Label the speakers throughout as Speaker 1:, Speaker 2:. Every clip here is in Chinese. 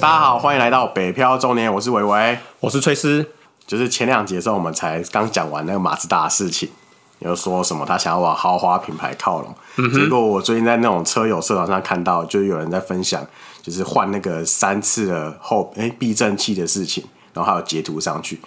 Speaker 1: 大家好，欢迎来到北漂中年，我是伟伟。
Speaker 2: 我是崔斯，
Speaker 1: 就是前两节的时候，我们才刚讲完那个马自达的事情，又说什么他想要往豪华品牌靠拢。结果我最近在那种车友社团上看到，就有人在分享，就是换那个三次的后哎、避震器的事情，然后还有截图上去。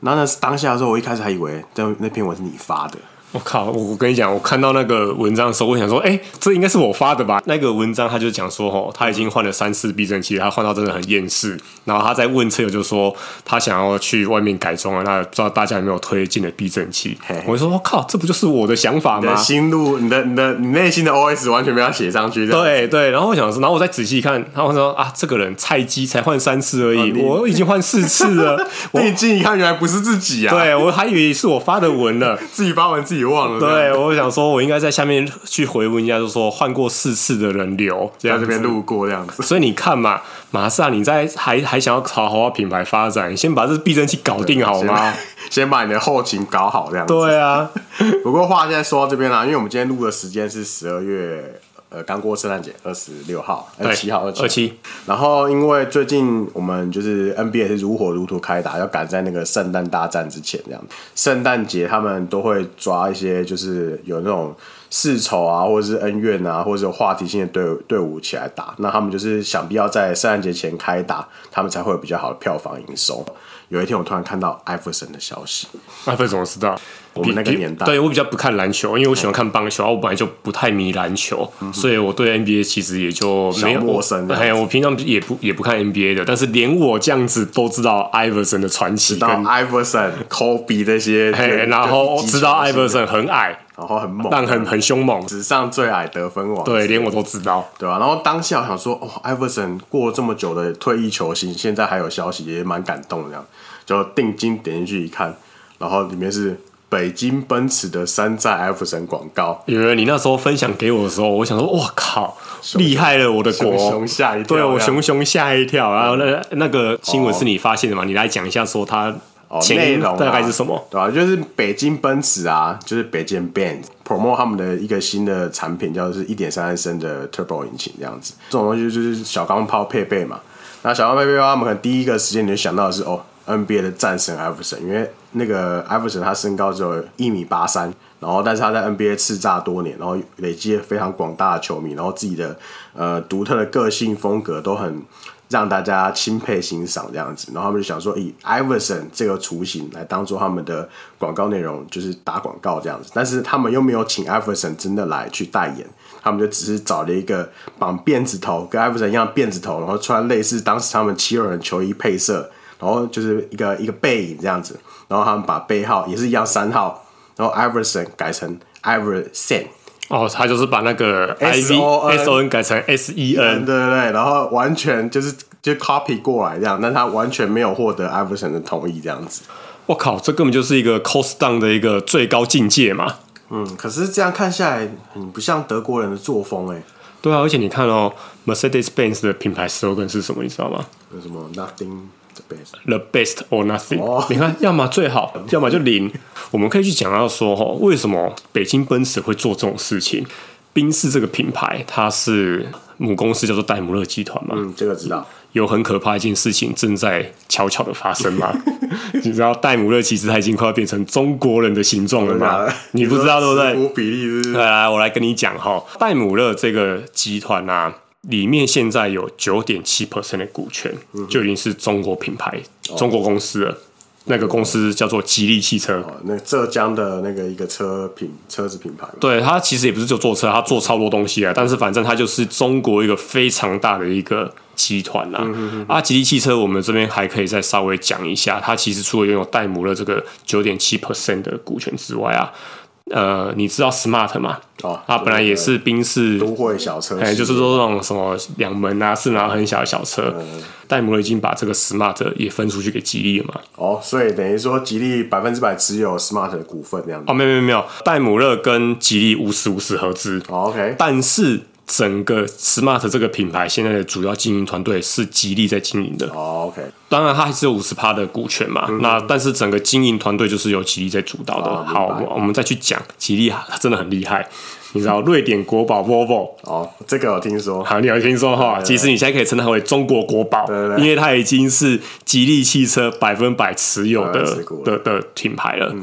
Speaker 1: 然后呢，当下的时候，我一开始还以为那那篇文是你发的，
Speaker 2: 我靠！我我跟你讲，我看到那个文章的时候，我想说，哎、这应该是我发的吧？那个文章他就讲说，哦，他已经换了三次避震器了，他换到真的很厌世。然后他在问车友就说，他想要去外面改装啊，那不知道大家有没有推荐的避震器
Speaker 1: 嘿嘿？
Speaker 2: 我就说，我、靠，这不就是我的想法
Speaker 1: 你
Speaker 2: 吗
Speaker 1: 的？心路，你的你的你内心的 OS 完全被他写上去。这样，
Speaker 2: 对对，然后我想说，然后我再仔细看，然后我说啊，这个人菜鸡才换三次而已，
Speaker 1: 哦你
Speaker 2: 我已经换四次 了，我
Speaker 1: 定睛一看，原来不是自己啊！，
Speaker 2: 对我还以为是我发的文了。
Speaker 1: 自己发文自己忘了。
Speaker 2: 对，我想说，我应该在下面去回问一下，就是说换过四次的人流这
Speaker 1: 在
Speaker 2: 样
Speaker 1: 这
Speaker 2: 子
Speaker 1: 边。路过这样子。
Speaker 2: 所以你看嘛，马上你在还还想要朝豪华品牌发展，你先把这避震器搞定好吗？
Speaker 1: 先先把你的 后勤搞好这样子。
Speaker 2: 对啊，
Speaker 1: 不过话现在说到这边啦、啊因为我们今天录的时间是十二月，呃，刚过圣诞节，二十六号、 二
Speaker 2: 对，
Speaker 1: 十七号、
Speaker 2: 二。七，
Speaker 1: 然后因为最近我们就是 NBA 是如火如荼开打，要赶在那个圣诞大战之前这样。圣诞节他们都会抓一些就是有那种世仇啊，或者是恩怨啊，或者是有话题性的队伍队伍起来打。那他们就是想必要在圣诞节前开打，他们才会有比较好的票房营收。有一天我突然看到艾弗森的消息，
Speaker 2: 那啊费怎么知道？
Speaker 1: 我们那个
Speaker 2: 比
Speaker 1: 年代
Speaker 2: 对我比较不看篮球，因为我喜欢看棒球，啊然后我本来就不太迷篮球，所以我对 NBA 其实也就没有
Speaker 1: 嗯小陌生这啊
Speaker 2: 我
Speaker 1: 样子
Speaker 2: 哎，我平常也不也不看 NBA 的，但是连我这样子都知道 Iverson 的传奇
Speaker 1: 到
Speaker 2: 跟。
Speaker 1: 艾弗森、科比这些，
Speaker 2: 嘿，
Speaker 1: 对
Speaker 2: 然后知道艾，
Speaker 1: 就
Speaker 2: 弗
Speaker 1: 是极球型
Speaker 2: 森很矮，
Speaker 1: 的然后很猛，
Speaker 2: 但很很凶猛，
Speaker 1: 史上最矮得分王，
Speaker 2: 对，连我都知道。
Speaker 1: 对啊吧、然后当下我想说，哦，艾弗森过了这么久的退役球星，现在还有消息，也蛮感动的。这样，就定睛点进去一看，然后里面是北京奔驰的山寨艾弗森广告，
Speaker 2: 有人你那时候分享给我的时候，我想说，哇靠，厉害了我的国！
Speaker 1: 熊熊吓一跳，
Speaker 2: 对我
Speaker 1: 这样
Speaker 2: 熊熊吓一
Speaker 1: 嗯
Speaker 2: 跳。然后那那个新闻是你发现的嘛？你来讲一下，说它
Speaker 1: 哦
Speaker 2: 前
Speaker 1: 内
Speaker 2: 因
Speaker 1: 容啊
Speaker 2: 大概是什么？
Speaker 1: 对啊，就是北京奔驰啊，就是北京 Benz promo 他们的一个新的产品，叫做是一点三升的 turbo 引擎这样子。这种东西就是小钢炮配备嘛。那小钢炮配备的话，他们可能第一个时间你就想到的是哦，NBA 的战神艾弗森，因为那个艾弗森他身高只有一米八三，然后但是他在 NBA 叱咤多年，然后累积了非常广大的球迷，然后自己的呃独特的个性风格都很让大家钦佩欣赏这样子，然后他们就想说以 Iverson 这个雏形来当做他们的广告内容，就是打广告这样子。但是他们又没有请 Iverson 真的来去代言，他们就只是找了一个绑辫子头，跟 Iverson 一样辫子头，然后穿类似当时他们七六人球衣配色，然后就是一个一个背影这样子，然后他们把背号也是一样三号，然后 Iverson 改成 Iverson。
Speaker 2: 哦，它就是把那个 I V
Speaker 1: SON
Speaker 2: S O N 改成 S E
Speaker 1: 嗯，
Speaker 2: N。
Speaker 1: 对对对，然后完全就是就 copy 过来这样，但他完全没有获得 Iverson 的同意这样子。
Speaker 2: 我靠，这根本就是一个 cost down 的一个最高境界嘛。
Speaker 1: 嗯，可是这样看下来，很不像德国人的作风哎、
Speaker 2: 对啊，而且你看哦，Mercedes-Benz 的品牌 slogan 是什么？你知道吗
Speaker 1: 有什么 nothing the best，
Speaker 2: ？The best or nothing。
Speaker 1: 哦
Speaker 2: 你看，要么最好，要么就零。我们可以去讲到说，哈，为什么北京奔驰会做这种事情？宾士这个品牌，它是母公司叫做戴姆勒集团嘛，
Speaker 1: 嗯，这个知道。
Speaker 2: 有很可怕一件事情正在悄悄的发生嘛。你知道戴姆勒其实它已经快要变成中国人的形状了
Speaker 1: 啊
Speaker 2: 吗？嗯你不知道对不对？
Speaker 1: 五比例是不是
Speaker 2: 对啊，我来跟你讲哈，戴姆勒这个集团啊，里面现在有九点七 percent 的股权，
Speaker 1: 嗯
Speaker 2: 就已经是中国品牌、
Speaker 1: 哦
Speaker 2: 中国公司了。那个公司叫做吉利汽车，
Speaker 1: 哦，那浙江的那个一个车品车子品牌嘛，
Speaker 2: 对它其实也不是就做车，它做超多东西啊。但是反正它就是中国一个非常大的一个集团啦、
Speaker 1: 嗯
Speaker 2: 啊。吉利汽车，我们这边还可以再稍微讲一下，它其实除了拥有戴姆勒这个九点七 percent 的股权之外啊，呃，你知道 Smart 吗？
Speaker 1: 哦
Speaker 2: 它本来也是宾士
Speaker 1: 都会小车系列，
Speaker 2: 哎、就是说那种什么两门啊、四门啊很小的小车，
Speaker 1: 嗯
Speaker 2: 戴姆勒已经把这个 Smart 也分出去给吉利了嘛？
Speaker 1: 哦，所以等于说吉利百分之百持有 Smart 的
Speaker 2: 哦
Speaker 1: 股份这样子。
Speaker 2: 哦，没有没有没有，戴姆勒跟吉利五十五十合资，
Speaker 1: 哦，OK，
Speaker 2: 但是整个 Smart 这个品牌现在的主要经营团队是吉利在经营的。
Speaker 1: 哦，OK，
Speaker 2: 当然，它还是有五十趴的股权嘛。那但是整个经营团队就是由吉利在主导的。
Speaker 1: 哦嗯明白
Speaker 2: 好，我我们再去讲吉利，它真的很厉害。你知道瑞典国宝 Volvo，
Speaker 1: 哦，这个我听说，
Speaker 2: 好，你有听说哈？其实你现在可以称它为中国国宝，
Speaker 1: 对对对
Speaker 2: 因为它已经是吉利汽车百分百持有的
Speaker 1: 嗯持股嗯
Speaker 2: 的的品牌了。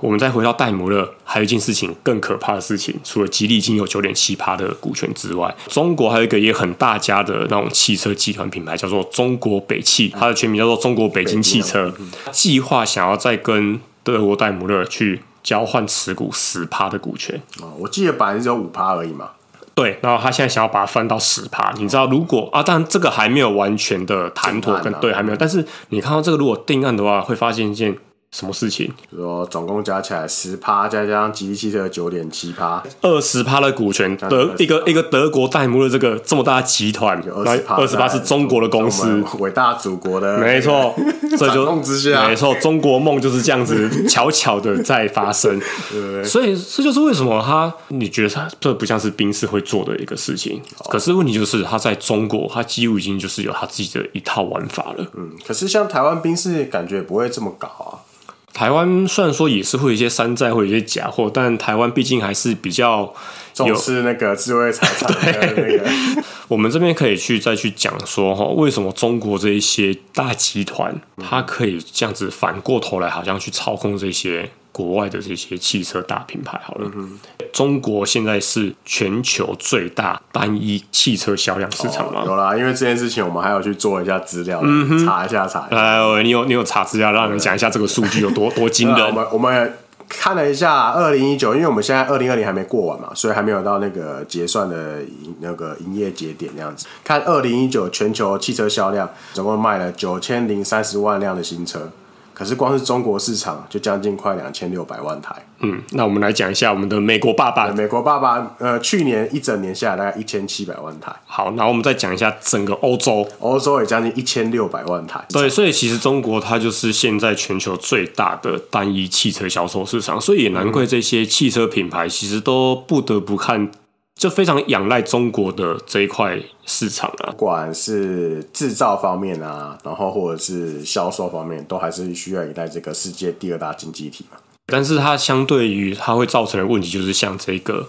Speaker 2: 我们再回到戴姆勒，还有一件事情更可怕的事情，除了吉利已经有九点七趴的股权之外，中国还有一个也很大家的那种汽车集团品牌，叫做中国北
Speaker 1: 嗯
Speaker 2: 汽，它的全名叫做中国北京汽车，计划想要再跟德国戴姆勒去交换持股十趴的股权。
Speaker 1: 哦我记得本来只有五趴而已嘛。
Speaker 2: 对，然后他现在想要把它翻到十趴，你知道，如果啊，当然这个还没有完全的谈妥
Speaker 1: 定
Speaker 2: 跟
Speaker 1: 案啊
Speaker 2: 对，还没有，但是你看到这个如果定案的话，会发现一件什么事情？
Speaker 1: 比如说总共加起来十趴，再加上吉利汽车九点七趴，
Speaker 2: 二十趴的股权，
Speaker 1: 那
Speaker 2: 德
Speaker 1: 20%
Speaker 2: 一个一个德国戴姆勒这个这么大的集团，
Speaker 1: 有
Speaker 2: 然后
Speaker 1: 二十趴，
Speaker 2: 二十趴是中国的公司，，
Speaker 1: 伟大祖国的，
Speaker 2: 没 错，这
Speaker 1: 掌
Speaker 2: 就
Speaker 1: 控之下
Speaker 2: 没错，中国梦就是这样子 悄悄的在发生，所以这就是为什么他，你觉得他这不像是宾士会做的一个事情，可是问题就是他在中国，他几乎已经就是有他自己的一套玩法了。
Speaker 1: 嗯。可是像台湾兵士，感觉也不会这么搞啊。
Speaker 2: 台湾虽然说也是会有一些山寨，会有一些假货，但台湾毕竟还是比较
Speaker 1: 重
Speaker 2: 有
Speaker 1: 视那个智慧财产的 那个，
Speaker 2: 我们这边可以去再去讲说哈，为什么中国这一些大集团，它可以这样子反过头来，好像去操控这些国外的这些汽车大品牌。好了，中国现在是全球最大单一汽车销量市场嘛？
Speaker 1: 有啦，因为这件事情我们还有去做一下资料，
Speaker 2: 嗯
Speaker 1: 查一下查一下。
Speaker 2: 来，哎喂你有你有查资料，让你讲一下这个数据有多多惊
Speaker 1: 啊那我
Speaker 2: 人。
Speaker 1: 们我们看了一下二零一九，因为我们现在二零二零还没过完嘛，所以还没有到那个结算的营那个营业节点那样子。看二零一九全球汽车销量，总共卖了九千零三十万辆的新车，可是光是中国市场就将近快两千六百万台。
Speaker 2: 嗯，那我们来讲一下我们的美国爸爸。
Speaker 1: 美国爸爸呃，去年一整年下来大概一千七百万台，
Speaker 2: 好，然后我们再讲一下整个欧洲。
Speaker 1: 欧洲也将近一千六百万台。
Speaker 2: 对，所以其实中国它就是现在全球最大的单一汽车销售市场，所以也难怪这些汽车品牌其实都不得不看，就非常仰赖中国的这一块市场啊。
Speaker 1: 不管是制造方面啊，然后或者是销售方面，都还是需要依赖这个世界第二大经济体嘛。
Speaker 2: 但是它相对于它会造成的问题，就是像这个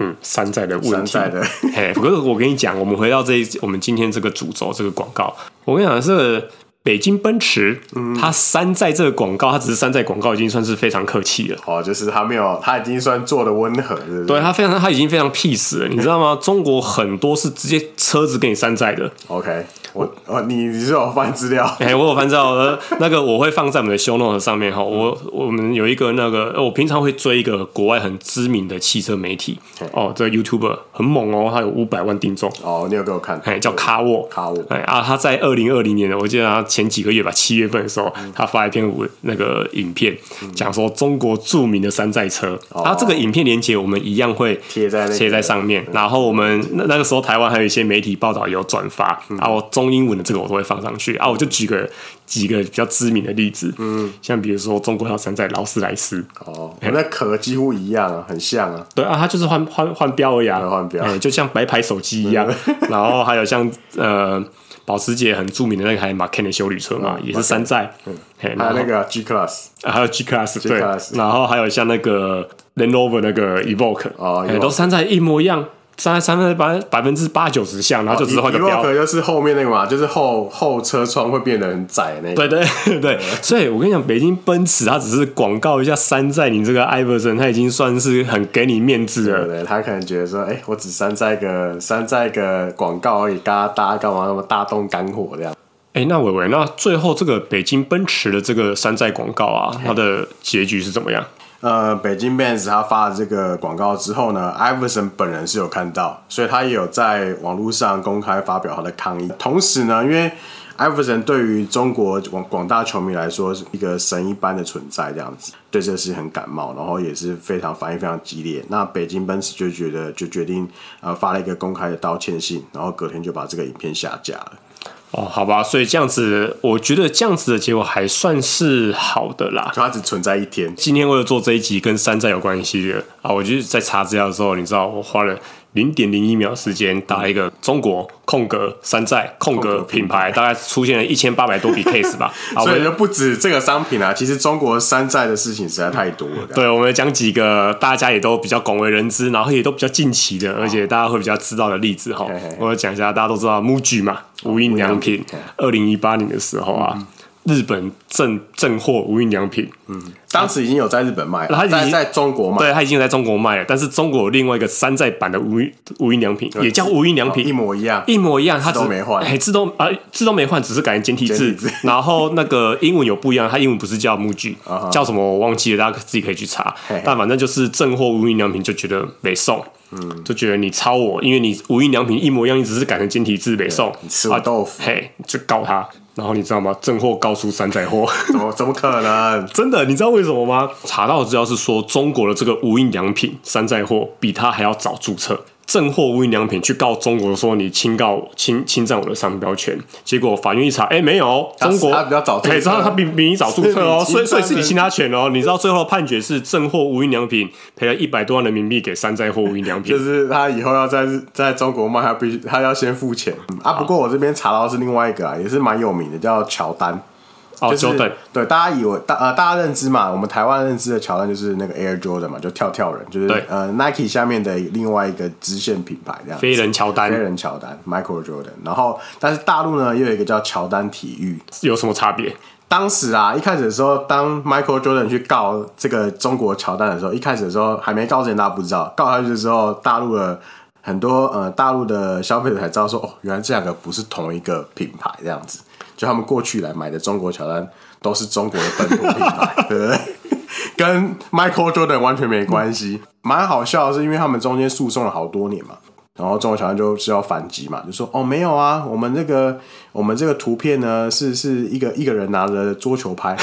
Speaker 2: 嗯山寨的问题，
Speaker 1: 山寨的
Speaker 2: 嘿，不过我跟你讲，我们回到这一我们今天这个主轴这个广告，我跟你讲，这个北京奔驰，它山寨这个广告，它只是山寨广告，已经算是非常客气了。
Speaker 1: 哦，就是他没有，他已经算做的温和，是不是？
Speaker 2: 对他非常，他已经非常 peace 了，你知道吗？中国很多是直接车子给你山寨的。
Speaker 1: ，OK，我哦，你你是有翻资 料，
Speaker 2: 哎、我有翻照，呃，那个我会放在我们的 show note 上面哈。我我们有一个那个，呃我平常会追一个国外很知名的汽车媒体哦，这个 YouTuber 很猛哦，他有五百万订众，
Speaker 1: 哦，你有给我看，
Speaker 2: 哎、叫卡沃，
Speaker 1: 卡沃
Speaker 2: 哎啊，他在二零二零年的，我记得他前几个月吧，七月份的时候，
Speaker 1: 嗯
Speaker 2: 他发一篇文那个影片，讲说中国著名的山寨车。啊，这个影片连接我们一样会
Speaker 1: 哦贴在那个嗯
Speaker 2: 贴在上面。然后我们那那个时候台湾还有一些媒体报道有转发，
Speaker 1: 嗯
Speaker 2: 啊，我中英文的这个我都会放上去啊。我就举个几个比较知名的例子，嗯，像比如说中国要山寨劳斯莱斯，
Speaker 1: 哦，
Speaker 2: 哎
Speaker 1: 那壳几乎一样啊，很像啊，
Speaker 2: 对啊，它就是换换换标而已啊，
Speaker 1: 对换标
Speaker 2: 哎就像白牌手机一样。 然后还有像呃，保时捷很著名的那台马 Can 的修理车嘛，
Speaker 1: 啊
Speaker 2: 也是山寨。嘿
Speaker 1: 嗯还
Speaker 2: 然
Speaker 1: 有
Speaker 2: 后
Speaker 1: 那个 G Class，
Speaker 2: 啊还有 G Class，对
Speaker 1: Class，
Speaker 2: 然后还有像那个 Land Rover 那个 Evoque，
Speaker 1: 哦
Speaker 2: 哎
Speaker 1: Evoque
Speaker 2: 都山寨一模一样，山寨山寨百百分之八九十
Speaker 1: 哦
Speaker 2: 像，然后就只是换个标。
Speaker 1: E 壳就是后面那个嘛，就是后后车窗会变得很窄的那个，
Speaker 2: 对对
Speaker 1: 嗯
Speaker 2: 对，所以我跟你讲，北京奔驰它只是广告一下山寨你这个 Iverson，它已经算是很给你面子了
Speaker 1: 对。对，他可能觉得说，哎、我只山寨个山寨个广告而已，大家大家干嘛那么大动肝火这样？
Speaker 2: 哎，那伟伟，那最后这个北京奔驰的这个山寨广告啊，它的结局是怎么样？
Speaker 1: 呃，北京 Benz 他发了这个广告之后呢，Iverson 本人是有看到，所以他也有在网络上公开发表他的抗议。同时呢，因为 Iverson 对于中国广广大球迷来说是一个神一般的存在，这样子对这个事很感冒，然后也是非常反应非常激烈。那北京奔驰就觉得就决定呃发了一个公开的道歉信，然后隔天就把这个影片下架了。
Speaker 2: 哦，好吧，所以这样子，我觉得这样子的结果还算是好的啦。
Speaker 1: 就它只存在一天，
Speaker 2: 今天为了做这一集跟山寨有关系的啊，我就是在查资料的时候，你知道我花了零点零一秒时间打一个中国空格山寨空格品牌，大概出现了一千八百多笔 case 吧。啊好，我
Speaker 1: 所以
Speaker 2: 们
Speaker 1: 就不止这个商品啊，其实中国山寨的事情实在太多了。
Speaker 2: 对，我们讲几个大家也都比较广为人知，然后也都比较近期的，而且大家会比较知道的例子哈
Speaker 1: 嘿嘿。
Speaker 2: 我讲一下，大家都知道 MUJI 嘛，无印良品。二零一八年的时候啊，日本正正货无印良品，
Speaker 1: 当时已经有在日本卖了，
Speaker 2: 它已经
Speaker 1: 在在中国卖，
Speaker 2: 对，它已经有在中国卖了，但是中国有另外一个山寨版的无印无印良品，也叫无印良品
Speaker 1: 一，模一样。
Speaker 2: 一模一样，它只
Speaker 1: 字都没换
Speaker 2: 哎，字都啊、字都没换，只是改成简体字。
Speaker 1: 简体字
Speaker 2: 然后那个英文有不一样，它英文不是叫木具，叫什么我忘记了，大家自己可以去查
Speaker 1: 啊嘿。
Speaker 2: 但反正就是正货无印良品就觉得没送，嗯，就觉得你抄我，因为你无印良品一模一样，你只是改成简体字没送，
Speaker 1: 你吃我豆腐
Speaker 2: 啊嘿，就告他。然后你知道吗？正货告诉山寨货。
Speaker 1: 怎么怎么可 能？
Speaker 2: 真的，你知道为什么吗？查到的资料是说，中国的这个无印良品山寨货比它还要早注册。正货无印良品去告中国说你侵告侵侵占我的商标权，结果法院一查，哎、没有，
Speaker 1: 他
Speaker 2: 中国
Speaker 1: 他比较早注册
Speaker 2: 哎知道他比比你早注册 哦，
Speaker 1: 是你侵
Speaker 2: 所以所以是你
Speaker 1: 占
Speaker 2: 侵他权哦。你知道最后的判决是正货无印良品赔了一百多万人民币给山寨货无印良 品
Speaker 1: 就，是他以后要在日在中国卖，他必须他要先付钱、嗯啊。不过我这边查到的是另外一个啊，也是蛮有名的，叫乔丹。
Speaker 2: 哦，
Speaker 1: 就是
Speaker 2: 久等，
Speaker 1: 对大家以为大呃大家认知嘛，我们台湾认知的乔丹就是那个 Air Jordan 嘛，就跳跳人，就是
Speaker 2: 对
Speaker 1: 呃 Nike 下面的另外一个支线品牌这样子。
Speaker 2: 飞人乔
Speaker 1: 黑
Speaker 2: 丹
Speaker 1: 人乔丹 Michael Jordan，然后但是大陆呢又有一个叫乔丹体育。
Speaker 2: 有什么差 别？
Speaker 1: 当时啊，一开始的时候，当 Michael Jordan 去告这个中国乔丹的时候，一开始的时候还没告之前大家不知道，告下去之后，大陆的很多呃大陆的消费者才知道说，哦，原来这两个不是同一个品牌这样子，就他们过去来买的中国乔丹都是中国的本土品牌，对不对？ 跟 Michael Jordan 完全没关系，蛮好笑的是，因为他们中间诉讼了好多年嘛，然后中国乔丹就是要反击嘛，就说哦没有啊，我们这个我们这个图片呢是是一个一个人拿着桌球拍，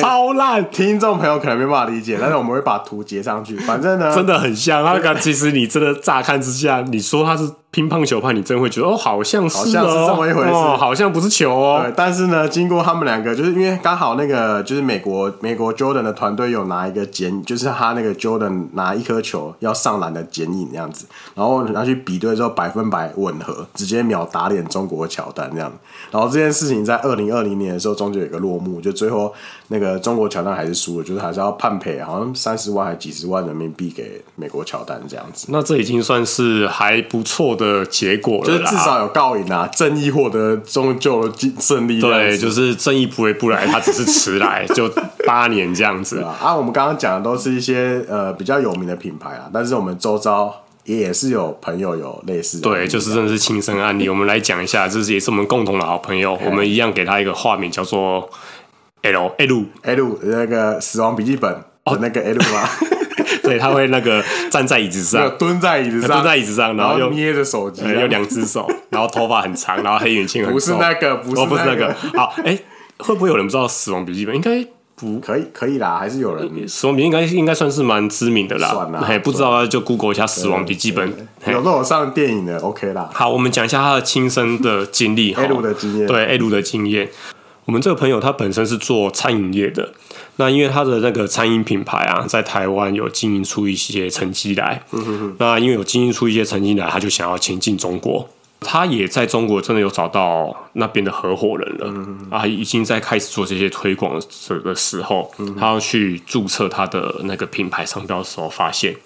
Speaker 2: 超烂，
Speaker 1: 听众朋友可能没办法理解，但是我们会把图截上去，反正呢
Speaker 2: 真的很像。那个其实你真的乍看之下，你说它是乒乓球拍，你真会觉得哦，好像是、哦，
Speaker 1: 好像是这么一回事
Speaker 2: 哦，好像不是球哦。
Speaker 1: 对，呃但是呢，经过他们两个，就是因为刚好那个就是美国美国 Jordan 的团队有拿一个剪影，就是他那个 Jordan 拿一颗球要上篮的剪影那样子，然后拿去比对之后百分百吻合，直接秒打脸中国乔丹这样。然后这件事情在二零二零年的时候中间有一个落幕，就最后那个中国乔丹还是输了，就是还是要判赔，好像三十万还几十万人民币给美国乔丹这样子。
Speaker 2: 那这已经算是还不错的结果
Speaker 1: 就
Speaker 2: 了
Speaker 1: 是
Speaker 2: 啦。
Speaker 1: 至少有告赢啊，正义获得终究的胜利这样子。
Speaker 2: 对，就是正义不会不来，他只是 迟来，就八年这样子
Speaker 1: 对。啊，啊，我们刚刚讲的都是一些呃比较有名的品牌啊，但是我们周遭也是有朋友有类似的
Speaker 2: 对，就是真的是亲身案例。我们来讲一下，这是也是我们共同的好朋友，我们一样给他一个化名叫做 L L，
Speaker 1: L 那个《死亡笔记本》
Speaker 2: 哦
Speaker 1: 的那个 L 啊，
Speaker 2: 对，他会那个站在椅子
Speaker 1: 就
Speaker 2: 上，
Speaker 1: 蹲在椅子上，
Speaker 2: 啊蹲在椅子上，然
Speaker 1: 然
Speaker 2: 后
Speaker 1: 后
Speaker 2: 用
Speaker 1: 捏着手机啊，
Speaker 2: 对，有两只手，然后头发很长，然后黑眼圈很重
Speaker 1: 不是那个，不
Speaker 2: 哦，不是那
Speaker 1: 那
Speaker 2: 个，好，哎、会不会有人不知道《死亡笔记本》？应该不，
Speaker 1: 可以可以啦，还是有人
Speaker 2: 《死亡笔记》应该应该算是蛮知名的啦。
Speaker 1: 算啦
Speaker 2: 嘿不知道啊就 Google 一下《死亡笔记本》嘿。
Speaker 1: 有都有上电影的，OK 啦。
Speaker 2: 好，我们讲一下他的亲身的 经历哈
Speaker 1: A 路的经验
Speaker 2: 对 A 路的经验。我们这个朋友他本身是做餐饮业的，那因为他的那个餐饮品牌啊，在台湾有经营出一些成绩来，
Speaker 1: 嗯
Speaker 2: 那因为有经营出一些成绩来，他就想要前进中国。他也在中国真的有找到那边的合伙人
Speaker 1: 嗯
Speaker 2: 了、啊，已经在开始做这些推广的的时候，
Speaker 1: 嗯
Speaker 2: 他要去注册他的那个品牌商标的时候，发现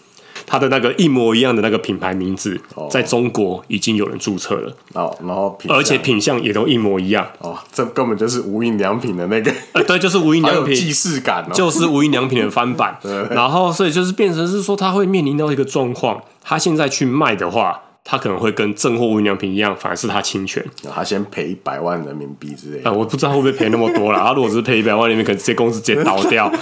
Speaker 2: 他的那个一模一样的那个品牌名字，
Speaker 1: 哦
Speaker 2: 在中国已经有人注册了，
Speaker 1: 然后然后品相，
Speaker 2: 而且品相也都一模一 样。
Speaker 1: 哦，这根本就是无印良品的那个，
Speaker 2: 呃，对，就是无印
Speaker 1: 好
Speaker 2: 良
Speaker 1: 有
Speaker 2: 品，
Speaker 1: 既视感哦。
Speaker 2: 就是无印良品的翻 版。然后，所以就是变成是说，他会面临到一个状况，他现在去卖的话，他可能会跟正货无印良品一样，反而是他侵权。
Speaker 1: 他先赔一百万人民币之类的
Speaker 2: 呃，，我不知道会不会赔那么 多啦。他如果只是赔一百万，里面可能直接公司直接倒掉。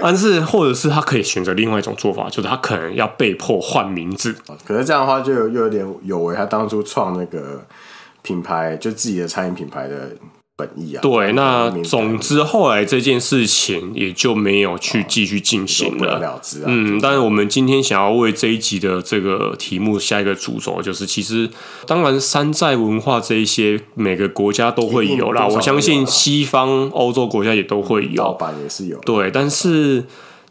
Speaker 2: 但是，或者是他可以选择另外一种做法，就是他可能要被迫换名字。
Speaker 1: 可是这样的话，就有又有点有违他当初创那个品牌，就自己的餐饮品牌的本意啊。
Speaker 2: 对，那
Speaker 1: 名字
Speaker 2: 总之后来这件事情也就没有去继续进
Speaker 1: 就
Speaker 2: 行
Speaker 1: 不了
Speaker 2: 了。
Speaker 1: 了之啊。
Speaker 2: 嗯，但是我们今天想要为这一集的这个题目下一个主轴，就是其实当然山寨文化这一些每个国家都会有啦，
Speaker 1: 一定多少
Speaker 2: 我相
Speaker 1: 都有
Speaker 2: 信
Speaker 1: 啦
Speaker 2: 西方欧洲国家也都会
Speaker 1: 盗
Speaker 2: 有。
Speaker 1: 版也是有，
Speaker 2: 对，但是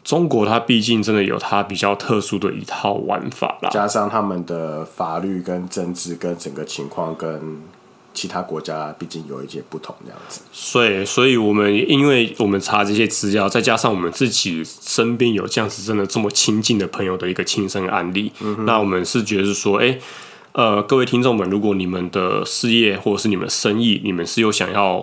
Speaker 2: 中国它毕竟真的有它比较特殊的一套玩法啦。
Speaker 1: 加上他们的法律跟政治跟整个情况跟其他国家毕竟有一些不同这样子。
Speaker 2: 所以，所以我们因为我们查这些资料，再加上我们自己身边有这样子真的这么亲近的朋友的一个亲身案例，
Speaker 1: 嗯
Speaker 2: 那我们是觉得是说，哎、呃，各位听众们，如果你们的事业或者是你们的生意，你们是有想要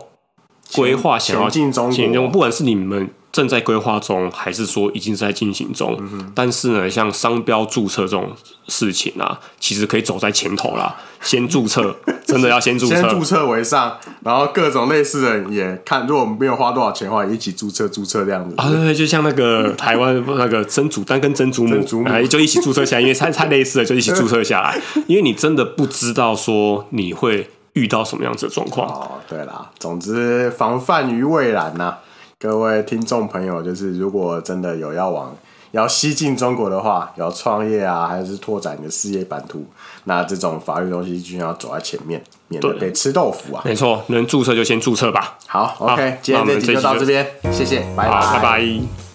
Speaker 2: 规划、
Speaker 1: 前
Speaker 2: 想要
Speaker 1: 前进中国
Speaker 2: 不管是你们正在规划中，还是说已经在进行中，
Speaker 1: 嗯
Speaker 2: 但是呢，像商标注册这种事情啊，其实可以走在前头啦，先注册，真的要先注册，
Speaker 1: 先注册为上，然后各种类似的人也看，如果没有花多少钱的话，也一起注册注册这样子。
Speaker 2: 啊，对对，就像那个台湾那个曾祖丹跟曾祖母，
Speaker 1: 曾祖母
Speaker 2: 哎，就一起注册下来，因为太太类似了，就一起注册 下来，因为你真的不知道说你会遇到什么样子的状况。
Speaker 1: 哦，对啦，总之防范于未然呐、各位听众朋友，就是如果真的有要往要西进中国的话，要创业啊，还是拓展你的事业版图，那这种法律东西就要走在前面，免得被吃豆腐啊。
Speaker 2: 没错，能注册就先注册吧。
Speaker 1: 好，OK，今天
Speaker 2: 那我
Speaker 1: 这
Speaker 2: 们
Speaker 1: 集就
Speaker 2: 这集
Speaker 1: 到
Speaker 2: 就
Speaker 1: 这边，谢谢，拜
Speaker 2: 好，拜拜。